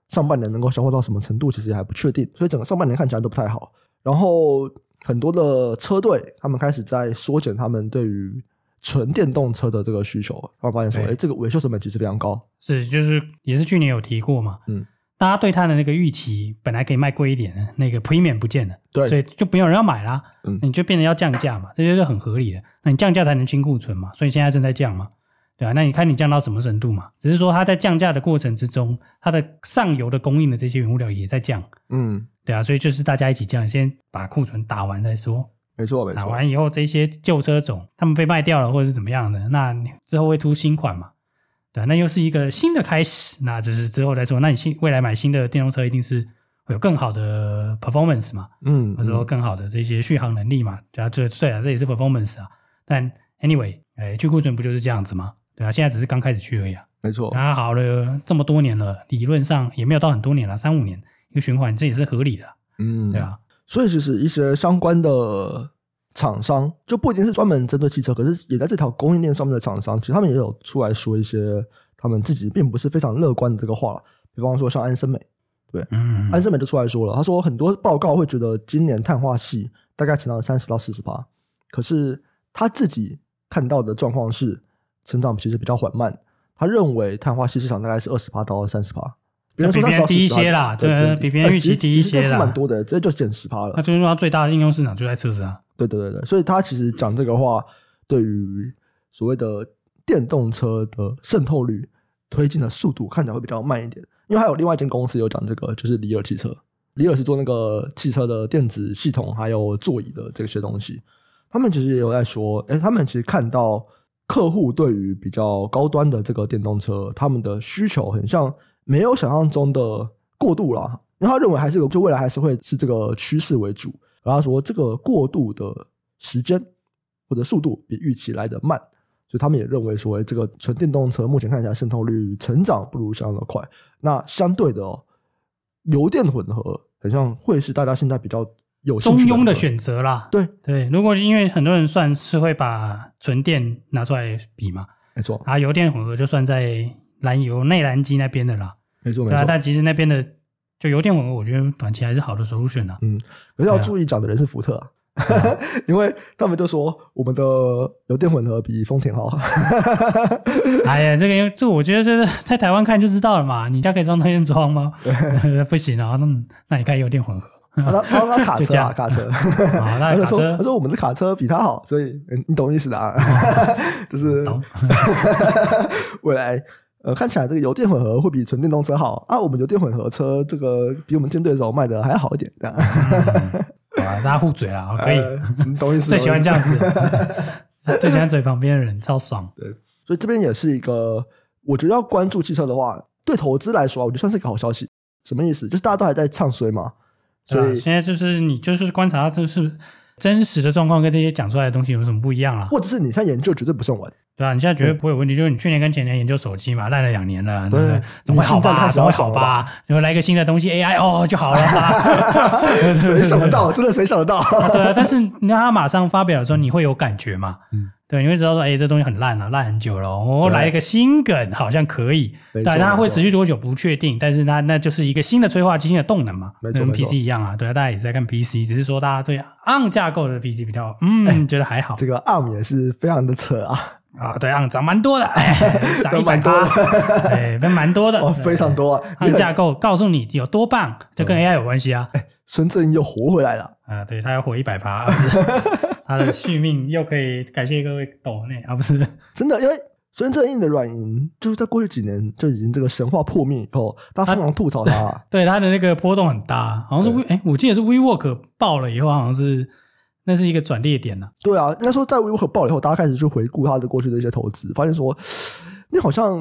上半年能够消化到什么程度，其实也还不确定，所以整个上半年看起来都不太好。然后很多的车队，他们开始在缩减他们对于纯电动车的这个需求，他们发现说，对哎，这个维修成本其实非常高，是，就是也是去年有提过嘛，嗯，大家对它的那个预期本来可以卖贵一点的，那个 premium 不见了，对所以就没有人要买啦，嗯你就变得要降价嘛，这就是很合理的，那你降价才能清库存嘛，所以现在正在降嘛，对啊，那你看你降到什么程度嘛？只是说它在降价的过程之中，它的上游的供应的这些原物料也在降，嗯。对啊，所以就是大家一起降，先把库存打完再说，没错，没打错，完以后，这些旧车种他们被卖掉了，或者是怎么样的，那你之后会出新款嘛？对啊，那又是一个新的开始，那只是之后再说。那你新未来买新的电动车，一定是会有更好的 performance 嘛，嗯，或者说嗯更好的这些续航能力嘛？对啊，这对啊，这也是 performance 啊。但 anyway，哎，去库存不就是这样子吗？对啊，现在只是刚开始去而已啊。没错，啊，好了，这么多年了，理论上也没有到很多年了，三五年一个循环，这也是合理的啊，嗯，对啊。所以其实一些相关的厂商，就不一定是专门针对汽车，可是也在这条供应链上面的厂商，其实他们也有出来说一些他们自己并不是非常乐观的这个话了。比方说像安森美，嗯，安森美就出来说了，他说很多报告会觉得今年碳化系大概成长三十到四十趴，可是他自己看到的状况是成长其实比较缓慢。他认为碳化系市场大概是二十趴到三十趴，别人说比别人30%低一些啦对比别人预期呃其实低一其实些都啦蛮多的，这就减十趴那了。就是说，它最大的应用市场就在车子啊。对对对对，所以他其实讲这个话，对于所谓的电动车的渗透率、推进的速度看起来会比较慢一点。因为还有另外一间公司有讲这个，就是里尔汽车，里尔是做那个汽车的电子系统还有座椅的这些东西。他们其实也有在说，哎、他们其实看到客户对于比较高端的这个电动车，他们的需求很像没有想象中的过度啦。因为他认为还是有，就未来还是会是这个趋势为主。然后他说，这个过渡的时间或者速度比预期来得慢，所以他们也认为说，哎、这个纯电动车目前看起来渗透率成长不如想象的快。那相对的哦，油电混合很像会是大家现在比较有兴中趣庸的的一个选择啦。对对，如果因为很多人算是会把纯电拿出来比嘛，没错，啊，油电混合就算在燃油内燃机那边的啦，没错，没对啊，错。但其实那边的就油电混合，我觉得短期还是好的 solution 啊。可是要注意讲的人是福特啊，哎 因为他们就说我们的油电混合比丰田 好。哎呀，这个这我觉得这是 在台湾看就知道了嘛，你家可以装充电桩吗？ 不行啊，那那你看油电 混合。啊他他他卡就车这啊，样卡车。 啊 他那就卡车说他说我们的卡车比他好，所以嗯你懂意思的啊， 就是嗯懂 未来呃看起来这个油电混合会比纯电动车好啊，我们油电混合车这个比我们竞对手卖的还好一点，这样啊，大家互嘴啦， 可以，呃你懂意思？ 最喜欢这样。样子， 最喜欢嘴旁边的人，超爽。所以这边也是一个，我觉得要关注汽车的话，对投资来说啊，我觉得算是一个好消息。什么意思？就是大家都还在唱衰嘛，对所吧？以啊现在就是你就是观察这是真实的状况跟这些讲出来的东西有什么不一样啦，或者是你现在研究绝对不算完，对吧、你现在绝对不会有问题，就是你去年跟前年研究手机嘛，烂了两年了，对不对对？总会好你现在吧？开始总要会爽好了吧？然后来一个新的东西 AI 哦就好了啦， 谁想得到？真的谁想得到？ 对啊，但是你让他马上发表的时候，你会有感觉嘛？嗯对，你会知道说，哎、这东西很烂了、烂很久了、哦。我、对来一个新梗，好像可以，没对，错但它没错会持续多久不确定，但是它那就是一个新的催化剂、新的动能嘛，没错跟没错 PC 一样啊。对啊，大家也是在看 PC，只是说大家对 ARM 架构的 PC 比较，嗯，哎觉得还好这个 ARM 也是非常的扯啊，啊。对 ARM 涨蛮 多的，哎、涨涨一百蛮多八的，哎，蛮多的， 哦，非常多嗯啊！对。你 ARM 很架构告诉你有多棒，就跟 AI 有关系啊。孙正义又活回来了，啊，对，他要活一百八，不 是他的续命又可以感谢各位抖内啊，不是 真的，因为孙正义的软银就是在过去几年就已经这个神话破灭以后，大家疯狂吐槽他啊，对他的那个波动很大，好像是 V 哎，我记得是 WeWork 爆了以后，好像是那是一个转捩点呐、对啊，应该说在 WeWork 爆了以后，大家开始去回顾他的过去的一些投资，发现说你好像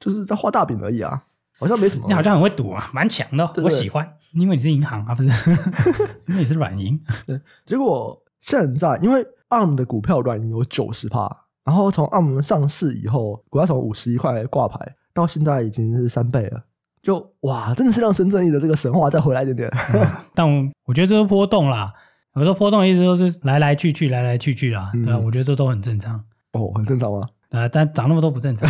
就是在画大饼而已啊，好像没什么，你好像很会赌啊，蛮强的哦，对对我喜欢，因为你是银行啊，不是， 因为你是软银， 结果现在因为 ARM 的股票软银有九十趴，然后从 ARM 上市以后，股价从五十一块挂牌到现在已经是三倍了。就哇，真的是让孙正义的这个神话再回来一点点。但我我觉得这是波动啦。我说波动的意思都是来来去去，来来去去啦，嗯对吧、我觉得这都很正常。哦，很正常吗？啊、但涨那么多不 正常。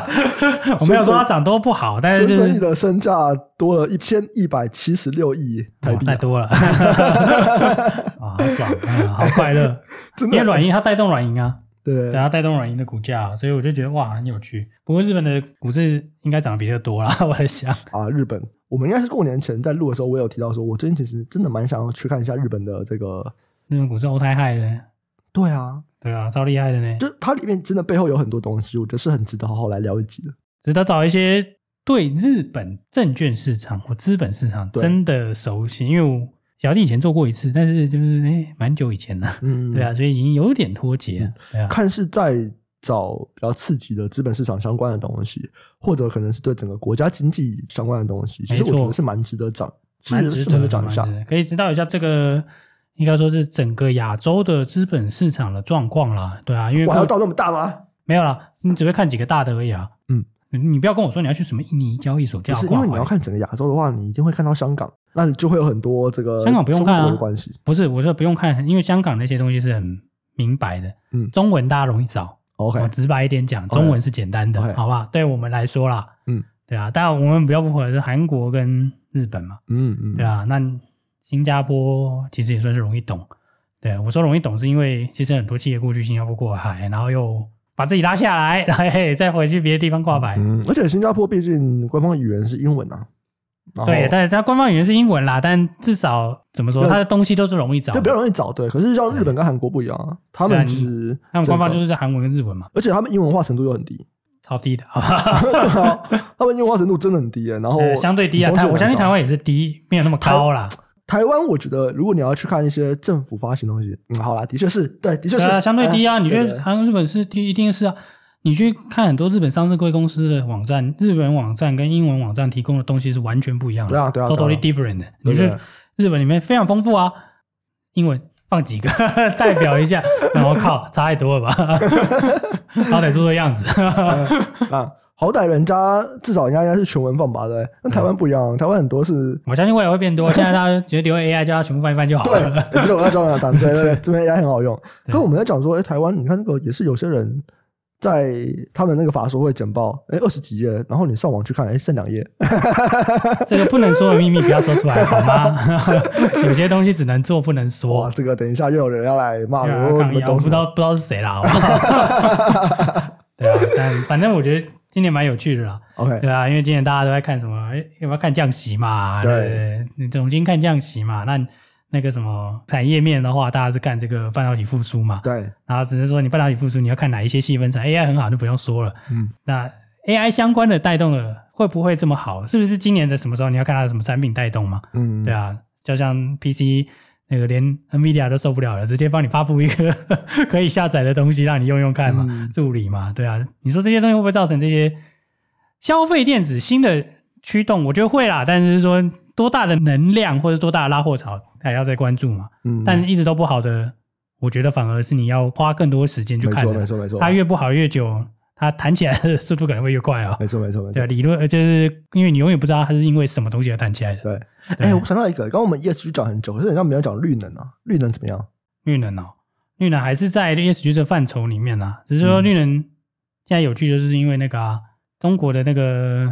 我没有说它涨多不好，但孙是就正是义的身价多了一千一百七十六亿台币、哦太啊，多了，啊，好爽，嗯好快乐。真因为的软银它带动软银啊，对对，它带动软银的股价，啊所以我就觉得哇，很有趣。不过日本的股市应该涨得比这个多啦， 我在想。啊，日本。我们应该是过年前在录的时候，我有提到说，我最近其实真的蛮想要去看一下日本的这个。日本股市欧太害的，对啊，对啊，超厉害的呢，就它里面真的背后有很多东西，我觉得是很值得好好来聊一集的。值得找一些对日本证券市场或资本市场对真的熟悉，因为我小弟以前做过一次，但是就是哎，蛮久以前了。嗯，对啊，所以已经有点脱节了，对啊，看是在找比较刺激的资本市场相关的东西，或者可能是对整个国家经济相关的东西，其实我没错觉得是蛮值得涨，蛮是值是值得得涨一下蛮。值得可以知道一下这个，应该说是整个亚洲的资本市场的状况啦，对啊，因为我还要过到那么大吗？没有啦，你只会看几个大的而已啊，嗯你，你不要跟我说你要去什么印尼交易所这不样是因啊挂为你要牌，看整个亚洲的话，你一定会看到香港，那你就会有很多这个香港不用看啊中国的关系不是，我说不用看，因为香港那些东西是很明白的，嗯中文大家容易找， ，OK，我直白一点讲， OK 中文是简单的 OK 好吧？对我们来说啦，嗯，对啊，但我们比较不符合是韩国跟日本嘛，嗯嗯，对啊，那新加坡其实也算是容易懂。对我说容易懂，是因为其实很多企业过去新加坡过海，然后又把自己拉下来， 然后嘿再回去别的地方挂牌。嗯，而且新加坡毕竟官方语言是英文啊，然后对，但是它官方语言是英文啦，但至少怎么说，对它的东西都是容易找就的。比较容易找对。可是像日本跟韩国不一样啊，他对啊们你其实，他们官方就是是在韩文跟日文嘛，而且他们英文化程度又很 低，超低的，好吧？对啊他们英文化程度真的很低耶。然后呃相对低哦啊，东西台很我难相信找台湾也是低，没有那么高啦。台湾，我觉得如果你要去看一些政府发行的东西，嗯，好啦，的确是对，的确对是、啊，相对低啊。哎你觉对得韩国、日本是低，一定是啊。你去看很多日本上市贵公司的网站，日本网站跟英文网站提供的东西是完全不一样的，对啊对啊对啊 t o t a l l y different 的。对你去对日本里面非常丰富啊，英文放几个代表一下，然后靠，差太多了吧？ 好歹做做样子， 啊，好歹人家至少人家应该是全文放吧，对不对。那台湾不一样，啊台湾很多是我相信未来会变多。现在大家直接留 AI 叫它全部翻一翻就好对，了。欸这 个我要讲讲，对对对，这边 AI 很好用。对但我们在讲说，哎，台湾你看那个也是有些人在他们那个法说会简报，哎，二十几页，然后你上网去看，哎，剩两页， 这个不能说的秘密不要说出来好吗？ 有些东西只能做不能哇，说。这个等一下又有人要来骂对啊我，抗你议们啊我懂不什么知道不知道是谁啦，好不 好对啊，但反正我觉得今年蛮有趣的啦。 ？OK，对啊，因为今年大家都在看什么？哎要不要看降息嘛？对对不对，你总经看降息嘛。那那个什么产业面的话，大家是看这个半导体复苏嘛。对，然后只是说你半导体复苏，你要看哪一些细分产业，AI 很好就不用说了。嗯，那 AI 相关的带动了，会不会这么好？是不是今年的什么时候你要看它的什么产品带动嘛？嗯，对啊，就像 PC 那个连 NVIDIA 都受不了了，直接帮你发布一个 可以下载的东西让你用用看嘛，嗯助理嘛，对啊，你说这些东西会不会造成这些消费电子新的驱动？我觉得会啦，但是说多大的能量或者多大的拉货潮，还要再关注嘛。嗯，但一直都不好的，我觉得反而是你要花更多时间去没看错，没的，错，没错，它越不好越久，它弹起来的速度可能会越快哦。没错，没错，没对啊，错。理论呃就是因为你永远不知道它是因为什么东西而弹起来的。对，对哎，我想到一个，刚刚我们 ESG 讲很久，可是好像没有讲绿能啊，绿能怎么样？绿能哦，绿能还是在 ESG 这范畴里面啦、只是说嗯绿能现在有趣，就是因为那个、啊、中国的那个，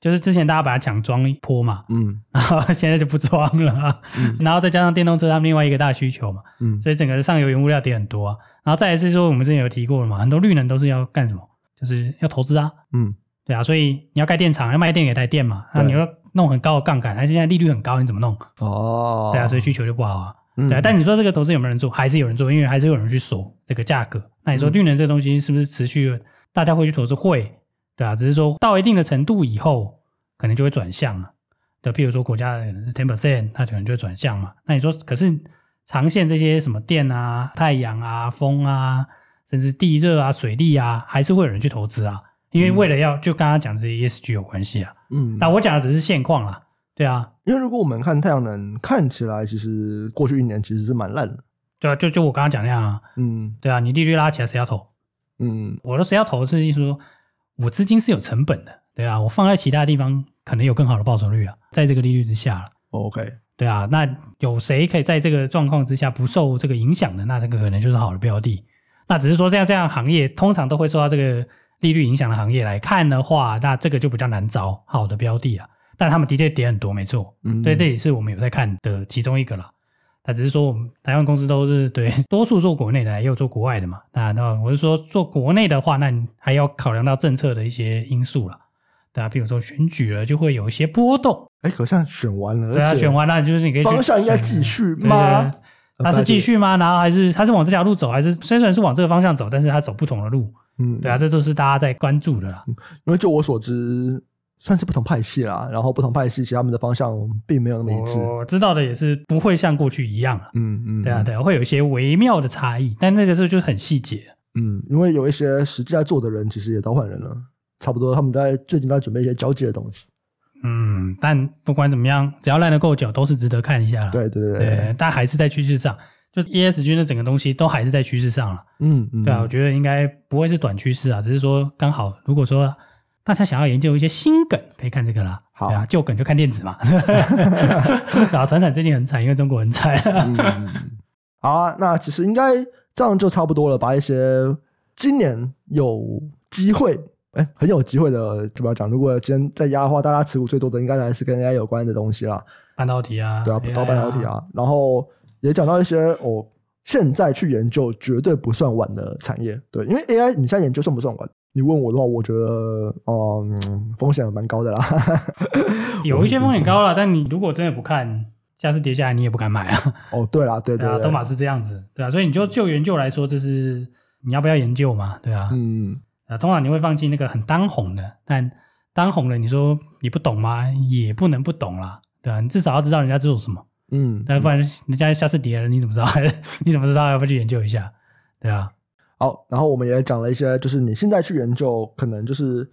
就是之前大家把它抢装一波嘛， 嗯然后现在就不装了、啊，嗯然后再加上电动车他们另外一个大需求嘛，嗯，所以整个上游原物料跌很多啊。然后再来是说我们之前有提过了嘛，很多绿能都是要干什么，就是要投资啊，嗯对啊，所以你要盖电厂，要卖电给台电嘛，那对你要弄很高的杠杆，而且现在利率很高，你怎么弄？哦，对啊，所以需求就不好啊。嗯对啊，但你说这个投资有没有人做？还是有人做，因为还是有人去锁这个价格。那你嗯说绿能这个东西是不是持续大家会去投资？会，对啊，只是说到一定的程度以后，可能就会转向啊。对，譬如说国家可能是 ten percent，它可能就会转向嘛。那你说，可是长线这些什么电啊、太阳啊、风啊，甚至地热啊、水利啊，还是会有人去投资啊，因为为了要就刚刚讲的这些 ESG 有关系啊。嗯，那我讲的只是现况啦，对啊，因为如果我们看太阳能，看起来其实过去一年其实是蛮烂的。对啊，就就我刚刚讲那样啊，嗯对啊，你利率拉起来谁要投？嗯我说谁要投资，意思说我资金是有成本的，对啊，我放在其他地方可能有更好的报酬率啊，在这个利率之下了，哦，OK，对啊，那有谁可以在这个状况之下不受这个影响的，那这个可能就是好的标的。那只是说这样这样行业通常都会受到这个利率影响的行业来看的话，那这个就比较难找好的标的啊。但他们的确跌很多，没错，嗯，对，这也是我们有在看的其中一个啦。那只是说，我们台湾公司都是对多数做国内的，也有做国外的嘛。那那我是说，做国内的话，那你还要考量到政策的一些因素啦。对啊，比如说选举了，就会有一些波动。哎，可像选完了，对啊，而且选完了就是你可以去方向应该继续对对吗？呃它是继，续吗？然后还是它是往这条路走，还是虽然是往这个方向走，但是它走不同的路？不太嗯，对啊，，这都是大家在关注的啦。因为就我所知，算是不同派系啦，然后不同派系其实他们的方向并没有那么一致。我知道的也是不会像过去一样啊。嗯嗯，哦对啊，对啊，会有一些微妙的差异，但那个是就是很细节。嗯，因为有一些实际在做的人，其实也都换人了，差不多他们在最近在准备一些交接的东西。嗯，但不管怎么样，只要烂得够久，都是值得看一下了。对对对对，但还是在趋势上，就 E ESG 的整个东西都还是在趋势上了。嗯嗯，对啊，我觉得应该不会是短趋势啊，只是说刚好，如果说大家想要研究一些新梗，可以看这个啦。好对啊，旧梗就看电子 嘛。然后船产最近很惨，因为中国很惨。嗯嗯嗯好啊，那其实应该这样就差不多了，把一些今年有机会。哎，很有机会的，怎么讲？如果今天在压的话，大家持股最多的应该还是跟 AI 有关的东西啦。半导体啊，对啊， AI 到半导体。啊，然后也讲到一些哦，现在去研究绝对不算晚的产业，对，因为 AI 你现在研究算不算晚？你问我的话，我觉得哦、嗯，风险蛮高的啦。 有一些风险高嗯了，但你如果真的不看，下次跌下来你也不敢买啊。哦，对啦，对对啊，对都对，马是这样子，对啊，所以你就就研究来说，这是你要不要研究嘛，对啊，嗯，啊，通常你会放弃那个很当红的，但当红的，你说你不懂吗？也不能不懂啦，对啊，你至少要知道人家做什么，嗯那不然人家下次跌了，你怎么知道？ 你怎么知道要不要去研究一下？对啊，好，然后我们也讲了一些，就是你现在去研究，可能就是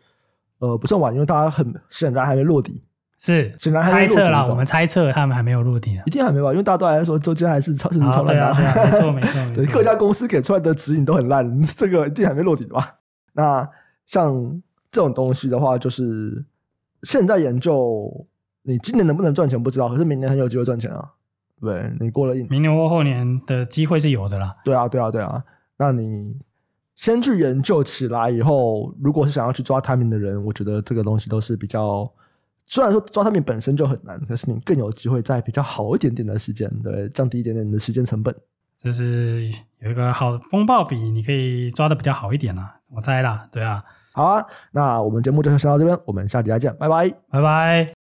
呃不算晚，因为大家很显然还没落底，是显然还猜没落测底啦，走我们猜测他们还没有落地啊一。定还没吧？因为大家都还在说周间还是超市啊超烂对的、啊，对啊，没错，没 错，没对，错。各家公司给出来的指引都很烂， 这个一定还没落底吧？那像这种东西的话，就是现在研究，你今年能不能赚钱不知道，可是明年很有机会赚钱啊。对，你过了一年，明年或后年的机会是有的啦，对啊，对啊，对啊，那你先去研究起来以后，如果是想要去抓 timing 的人，我觉得这个东西都是比较，虽然说抓 timing 本身就很难，可是你更有机会在比较好一点点的时间，对，降低一点点你的时间成本。就是有一个好的风暴比，你可以抓的比较好一点啦，我猜啦，对啊，好啊，那我们节目就先到这边，我们下集再见，拜拜。拜拜。